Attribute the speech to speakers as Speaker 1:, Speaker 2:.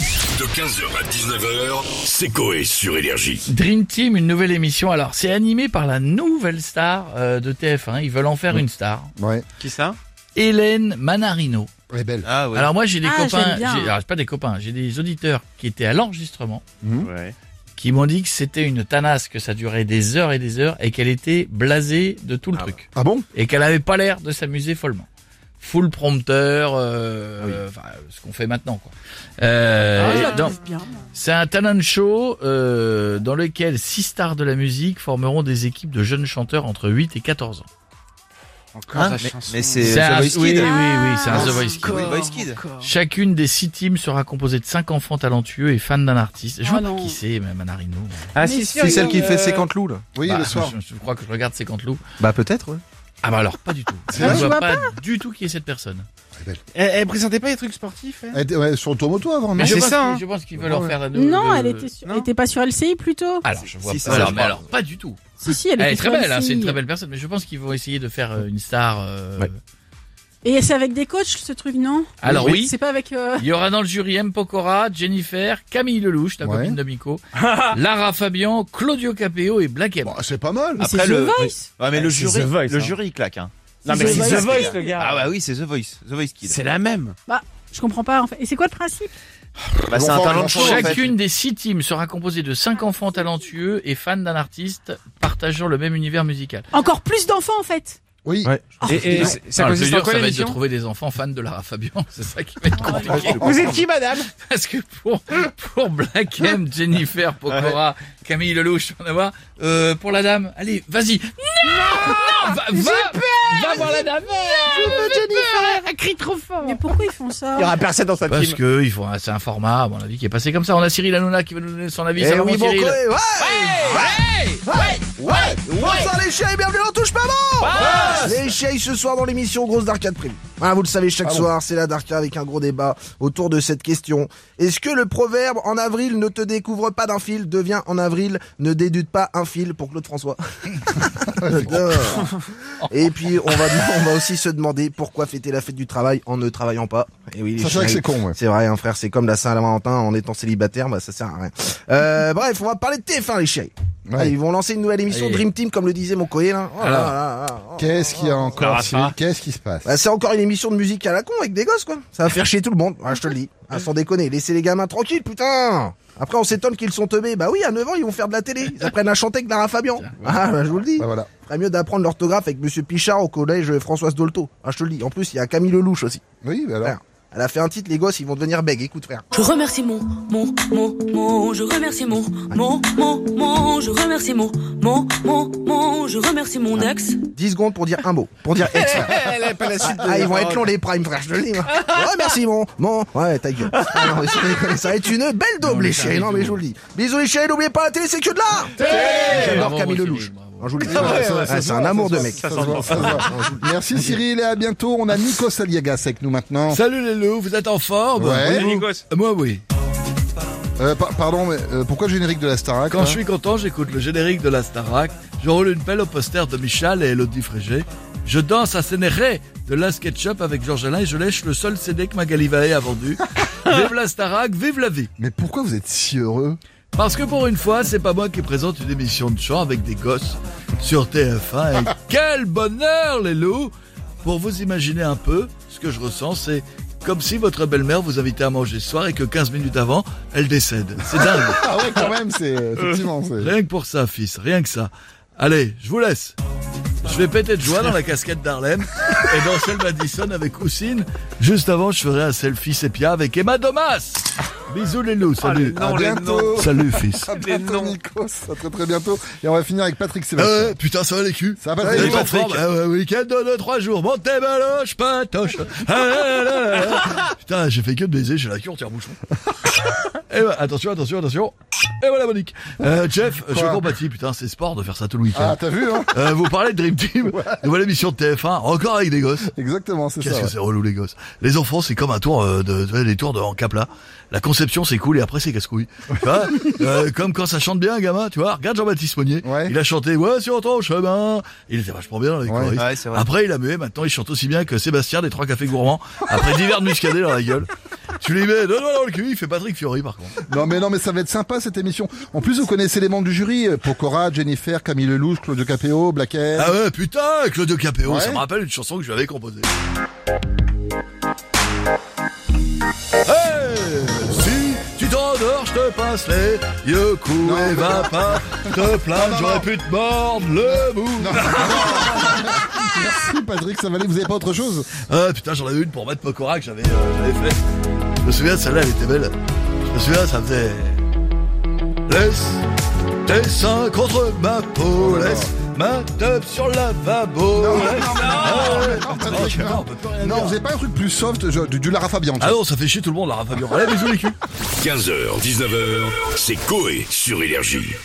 Speaker 1: De 15h à 19h, c'est Coé sur Énergie.
Speaker 2: Dream Team, une nouvelle émission. Alors, c'est animé par la nouvelle star euh, de TF1. Ils veulent en faire une star.
Speaker 3: Ouais,
Speaker 4: Qui ça
Speaker 2: Hélène Manarino.
Speaker 3: elle est belle.
Speaker 4: Ah ouais.
Speaker 2: Alors moi, j'ai des
Speaker 5: Ah,
Speaker 2: copains.
Speaker 5: j'aime bien.
Speaker 2: j'ai- alors, pas des copains. J'ai des auditeurs qui étaient à l'enregistrement,
Speaker 4: Ouais.
Speaker 2: qui m'ont dit que c'était une tanasse, que ça durait des heures et des heures, et qu'elle était blasée de tout le
Speaker 4: Ah
Speaker 2: truc,
Speaker 3: Ah bon
Speaker 2: et qu'elle avait pas l'air de s'amuser follement. Full prompteur, euh, enfin, ce qu'on fait maintenant, quoi. Euh,
Speaker 5: Ah,
Speaker 2: et
Speaker 5: je la
Speaker 2: dans-
Speaker 5: trouve bien. moi.
Speaker 2: C'est un talent show euh, dans lequel six stars de la musique formeront des équipes de jeunes chanteurs entre 8 et 14 ans.
Speaker 4: Encore
Speaker 3: Hein
Speaker 4: la
Speaker 3: Mais-
Speaker 4: chanson.
Speaker 3: mais c'est-
Speaker 2: C'est
Speaker 3: The
Speaker 2: un-
Speaker 3: Voice
Speaker 2: oui,
Speaker 3: Kids.
Speaker 2: oui, oui,
Speaker 6: hein.
Speaker 2: oui, c'est un
Speaker 5: Ah,
Speaker 2: The Voice Kids.
Speaker 5: encore,
Speaker 4: Oui, Voice Kids.
Speaker 5: encore.
Speaker 2: Chacune des six teams sera composée de cinq enfants talentueux et fans d'un artiste. Je
Speaker 5: Oh
Speaker 2: vois pas
Speaker 5: non.
Speaker 2: qui c'est, mais Manarino.
Speaker 4: Ah
Speaker 5: Mais
Speaker 4: si,
Speaker 5: si,
Speaker 4: c'est celle qui
Speaker 5: regarde,
Speaker 4: fait
Speaker 5: euh,
Speaker 4: ses loups là.
Speaker 3: Oui,
Speaker 2: Bah,
Speaker 3: le soir.
Speaker 2: Je, je crois que je regarde ces loups.
Speaker 4: Bah peut-être.
Speaker 2: Ah bah alors, pas du tout. Je
Speaker 3: C'est vrai,
Speaker 5: je vois
Speaker 2: pas, du tout qui est cette personne.
Speaker 4: Elle,
Speaker 6: Eh,
Speaker 4: elle présentait pas les trucs sportifs. elle
Speaker 3: Elle était- ouais, sur le tourmoto avant, non
Speaker 4: Mais
Speaker 2: je
Speaker 4: c'est
Speaker 2: pense
Speaker 4: ça,
Speaker 2: qu'ils-
Speaker 4: hein.
Speaker 2: Je pense qu'ils
Speaker 4: Ouais,
Speaker 2: veulent en
Speaker 4: ouais.
Speaker 2: faire la nou-
Speaker 5: Non,
Speaker 2: le-
Speaker 5: elle était, sur-
Speaker 4: non.
Speaker 5: elle était pas sur LCI plutôt.
Speaker 2: Alors, je vois
Speaker 4: Si,
Speaker 2: pas.
Speaker 4: c'est ça,
Speaker 2: Alors,
Speaker 4: je
Speaker 2: mais
Speaker 4: parle.
Speaker 2: alors, pas du tout.
Speaker 5: Si, si, elle
Speaker 2: Elle
Speaker 5: était
Speaker 2: est très
Speaker 5: sur
Speaker 2: belle, hein,
Speaker 5: LCI.
Speaker 2: c'est une très belle personne, mais je pense qu'ils vont essayer de faire euh, une star. euh,
Speaker 4: Ouais.
Speaker 5: Et c'est avec des coachs ce truc, non
Speaker 2: Alors oui.
Speaker 5: C'est pas avec. euh,
Speaker 2: Il y aura dans le jury M. Pokora, Jennifer, Camille Lelouch, la
Speaker 3: Ouais.
Speaker 2: copine de Miko, Lara Fabian, Claudio Capéo et Black M.
Speaker 3: Bon, C'est pas mal.
Speaker 5: Mais c'est
Speaker 4: Après,
Speaker 5: The
Speaker 4: le-
Speaker 5: Voice.
Speaker 4: Ouais mais le
Speaker 6: C'est
Speaker 4: jury,
Speaker 6: The Voice,
Speaker 4: le
Speaker 6: hein.
Speaker 4: jury il claque. Hein.
Speaker 6: Non, mais
Speaker 5: The
Speaker 6: c'est The
Speaker 5: Voice.
Speaker 6: Voice, le gars.
Speaker 4: Ah bah oui, c'est The Voice, The Voice Kid.
Speaker 6: C'est la même.
Speaker 5: Je comprends pas en fait. Et c'est quoi le principe
Speaker 4: Bah, c'est
Speaker 3: Ils
Speaker 4: un
Speaker 3: vont
Speaker 4: talent
Speaker 3: faire-
Speaker 4: show. en fait.
Speaker 2: Chacune des six teams sera composée de cinq enfants talentueux et fans d'un artiste partageant le même univers musical.
Speaker 5: Encore plus d'enfants en fait.
Speaker 3: Oui.
Speaker 6: Ouais. Et, et
Speaker 5: Oh,
Speaker 6: c'est- ça
Speaker 2: Alors, le
Speaker 6: consiste
Speaker 2: plus
Speaker 6: en
Speaker 2: dur,
Speaker 6: quoi
Speaker 2: ça va être de
Speaker 6: l'émission
Speaker 2: trouver des enfants fans de Lara Fabian. C'est ça qui va être compliqué.
Speaker 6: Vous êtes qui, madame
Speaker 2: Parce que pour, pour Black M, Jennifer, Pokora, Camille Lelouch, on va voir. Euh, pour la dame, allez, vas-y. Non, non, va, va, va voir la dame.
Speaker 5: Mais pourquoi ils font ça
Speaker 6: Il y aura personne dans sa
Speaker 2: Parce
Speaker 6: team.
Speaker 2: que il faut, un- c'est un format, à mon avis, qui est passé comme ça. On a Cyril Hanouna qui va nous donner son
Speaker 7: Eh
Speaker 2: avis. Ça va, mon Cyril
Speaker 4: ouais, ouais, ouais,
Speaker 7: Bonsoir les chéris, bienvenue dans Touche pas bon Les chéris ce soir dans l'émission Grosse d'Arcade Prime. Ah, vous le savez, chaque
Speaker 3: Ah bon
Speaker 7: soir c'est la Darka avec un gros débat autour de cette question. Est-ce que le proverbe en avril ne te découvre pas d'un fil devient en avril ne dédude pas un fil pour Claude François J'adore. Et puis on va, on va aussi se demander pourquoi fêter la fête du travail en ne travaillant pas. Et oui, les
Speaker 3: Ça, c'est vrai que
Speaker 7: chéris,
Speaker 3: c'est con, ouais.
Speaker 7: c'est vrai, hein, frère, c'est comme la Saint-Valentin en étant célibataire, bah, ça sert à rien. Euh, bref, on va parler de TF1, les chéris.
Speaker 3: Ouais.
Speaker 7: Allez, ils vont lancer une nouvelle émission
Speaker 2: Allez.
Speaker 7: Dream Team, comme le disait mon courrier, là. Oh là
Speaker 2: Alors.
Speaker 7: là là, oh.
Speaker 3: Qu'est-ce qu'il y a encore
Speaker 6: Lara
Speaker 3: Cyril Qu'est-ce qui se passe
Speaker 7: Bah, c'est encore une émission de musique à la con avec des gosses, quoi. Ça va faire chier tout le monde, Ah, je te le dis. Ah, sans déconner, laissez les gamins tranquilles, putain Après, on s'étonne qu'ils sont teubés. Bah oui, à 9 ans, ils vont faire de la télé. Ils apprennent à chanter avec Lara Fabian. Ah, bah, je vous le dis.
Speaker 3: Bah, voilà.
Speaker 7: Ferait mieux d'apprendre l'orthographe avec Monsieur Pichard au collège Françoise Dolto. Ah, je te le dis. En plus, il y a Camille Lelouch aussi.
Speaker 3: Oui, bah alors.
Speaker 7: Frère, Elle a fait un titre, les gosses, ils vont devenir bègues. Écoute, frère.
Speaker 8: Je remercie mon, mon, mon, mon, je remercie mon, mon, mon, mon, je remercie mon, mon, mon, mon, je remercie mon ex.
Speaker 7: 10 secondes pour dire un mot. Pour dire ex, frère.
Speaker 6: Elle a pas la suite de
Speaker 7: Ah, ils vont
Speaker 6: la
Speaker 7: être longs les primes, frère, je te le dis. moi. Ouais, merci, mon. Mon. Ouais, ta gueule. Ah, non, mais sans déconner, ça va être une belle daube, les chéris. Non, mais je vous le dis. Bisous, les chéris, n'oubliez pas la télé, c'est que de l'art. J'adore
Speaker 2: Bravo,
Speaker 7: Camille
Speaker 2: Cyril,
Speaker 7: Lelouch.
Speaker 2: bravo.
Speaker 7: Ah, je vous le dis.
Speaker 3: Ouais, ouais,
Speaker 7: Ouais,
Speaker 3: ouais, ça
Speaker 7: c'est
Speaker 3: se
Speaker 7: un
Speaker 3: voit,
Speaker 7: amour
Speaker 3: ça
Speaker 7: de
Speaker 3: se
Speaker 7: mec.
Speaker 3: voit, ça se voit, ça se voit. Merci Cyril et à bientôt. On a Nikos Aliagas avec nous maintenant.
Speaker 2: Salut les loups, vous êtes en forme
Speaker 3: Ouais.
Speaker 6: Salut, Nikos.
Speaker 2: Moi oui.
Speaker 3: Euh, pa- pardon, mais euh, pourquoi le générique de la Starac hein
Speaker 2: Quand
Speaker 3: là
Speaker 2: je suis content, j'écoute le générique de la Starac, je roule une pelle au poster de Michal et Elodie Frégé, je danse à Sénéré de la SketchUp avec Georges Alain et je lèche le seul CD que Magali Vaé a vendu. vive la Starac, vive la vie
Speaker 3: Mais pourquoi vous êtes si heureux
Speaker 2: Parce que pour une fois, c'est pas moi qui présente une émission de chant avec des gosses sur TF1. Et quel bonheur, les loups Pour vous imaginer un peu, ce que je ressens, c'est comme si votre belle-mère vous invitait à manger ce soir et que 15 minutes avant, elle décède. C'est dingue.
Speaker 3: Ah ouais, quand même, c'est effectivement. c'est-
Speaker 2: Rien que pour ça, fils, rien que ça. Allez, je vous laisse. Je vais péter de joie dans la casquette d'Harlem et dans celle d'Addison avec Houssine. Juste avant, je ferai un selfie sépia avec Emma Domas. Bisous les loups, salut.
Speaker 3: À bientôt.
Speaker 2: Salut fils.
Speaker 3: À
Speaker 6: Les
Speaker 3: bientôt,
Speaker 6: noms.
Speaker 3: Nikos. À très très bientôt. Et on va finir avec Patrick
Speaker 2: Ah
Speaker 3: Sébastien.
Speaker 2: ouais, putain, ça va les culs.
Speaker 3: Ça va,
Speaker 2: Vous
Speaker 3: Patrick.
Speaker 2: êtes en forme Ah ouais, week-end de 2-3 jours. Montez baloche, patoche. Ah là là là là. Putain, j'ai fait que de baiser, j'ai la cure, tiens, bouchon. Et ben, attention, attention, attention. Et voilà, Monique. Euh, Jeff, je compatis, putain, c'est sport de faire ça tout le week-end.
Speaker 3: Ah, t'as vu, hein
Speaker 2: Euh, vous parlez de Dream Team, nouvelle émission de TF1, encore avec des gosses.
Speaker 3: Exactement, c'est
Speaker 2: Qu'est-ce
Speaker 3: ça.
Speaker 2: que c'est relou les gosses Les enfants c'est comme un tour euh, de, de- les tours de en cap là. La conception c'est cool et après c'est casse-couille. Tu vois Euh, comme quand ça chante bien un gamin, tu vois. Regarde Jean-Baptiste Monnier,
Speaker 3: Ouais.
Speaker 2: il a chanté ouais sur ton chemin. Il était vachement bien dans les
Speaker 3: Ouais.
Speaker 2: choristes.
Speaker 4: Ouais, c'est vrai.
Speaker 2: après il a mué, maintenant il chante aussi bien que Sébastien des trois cafés gourmands après divers muscadés dans la gueule. Tu lui mets, non, non, non, le cul, il fait Patrick Fiori, par contre.
Speaker 3: Non mais non mais ça va être sympa cette émission. En plus vous connaissez les membres du jury, euh, Pokora, Jennifer, Camille Lelouch, Claude Capéo, Black Air.
Speaker 2: Ah ouais, putain, Claude Capéo,
Speaker 3: Ouais.
Speaker 2: ça me rappelle une chanson que je lui avais composée. Hey, si tu t'endors, je te pince les yeux, cou et va pas te plaindre, j'aurais pu te mordre le bout.
Speaker 3: Merci Patrick Savali, vous avez pas autre chose
Speaker 2: Ah putain, j'en avais une pour mettre Pokora que j'avais euh, j'avais fait. Je me souviens, celle-là, elle était belle. Je me souviens, ça faisait. Laisse tes seins contre ma peau, laisse ma teub sur le lavabo.
Speaker 3: Non,
Speaker 2: laisse-
Speaker 3: non,
Speaker 2: Ah ouais,
Speaker 3: non,
Speaker 2: putain,
Speaker 3: Patrick,
Speaker 2: putain,
Speaker 3: non.
Speaker 2: on peut plus rien
Speaker 3: Non,
Speaker 2: dire.
Speaker 3: vous avez pas un truc plus soft, genre du, du Lara Fabian. tu
Speaker 2: Ah non, ça fait chier tout le monde, la Rafa Allez, bisous les culs.
Speaker 1: 15h, 19h, c'est Coé sur Énergie.